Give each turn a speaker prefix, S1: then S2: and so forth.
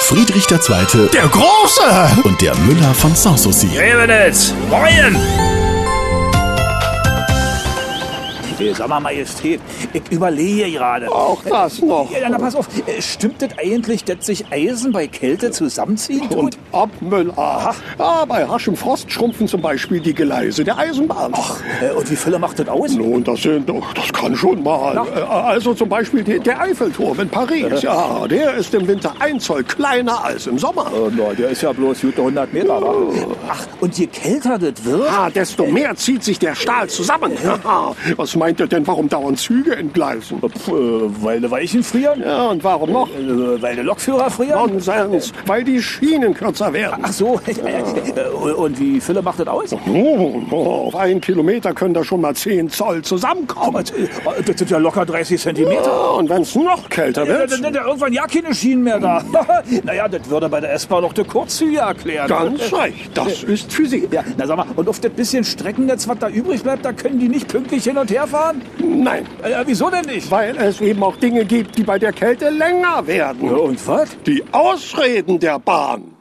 S1: Friedrich II.
S2: Der Große!
S1: und der Müller von Sanssouci.
S2: Revenitz! Moin! Sommer Majestät, ich überlege gerade.
S3: Auch das noch.
S2: Ja, na, pass auf. Äh, Stimmt das eigentlich, dass sich Eisen bei Kälte zusammenziehen tut?
S3: Und Abmüll. Aha. Ja, bei haschem Frost schrumpfen zum Beispiel die Gleise der Eisenbahn. Ach.
S2: Äh, Und wie viel macht das aus?
S3: Nun, das sind doch, das kann schon mal. Äh, Also zum Beispiel die, der Eiffelturm in Paris. Ja, der ist im Winter ein Zoll kleiner als im Sommer.
S2: äh, Na, der ist ja bloß gute 100 Meter, Ach, und je kälter das wird...
S3: Ah, desto mehr zieht sich der Stahl zusammen. Haha. Was meint ihr denn, warum dauernd Züge entgleisen?
S2: Pff, äh, weil die Weichen frieren?
S3: Ja, und warum noch?
S2: Äh, Weil die Lokführer frieren?
S3: Nonsens, weil die Schienen kürzer werden.
S2: Ach so. Äh, Und wie viel macht das aus?
S3: Oh, oh, auf einen Kilometer können da schon mal 10 Zoll zusammenkommen.
S2: Äh, Das sind ja locker 30 Zentimeter.
S3: Ja, und wenn es noch kälter
S2: Ja,
S3: wird,
S2: dann hätte er irgendwann ja keine Schienen mehr da. naja, das würde bei der S-Bahn noch die Kurzzüge erklären. äh,
S3: Ganz recht, das ist Physik.
S2: Ja, na sag mal, und auf das bisschen Streckennetz, was da übrig bleibt, da können die nicht pünktlich hin und her fahren?
S3: Nein,
S2: Äh, wieso denn nicht?
S3: weil es eben auch Dinge gibt, die bei der Kälte länger werden.
S2: Und was?
S3: Die Ausreden der Bahn.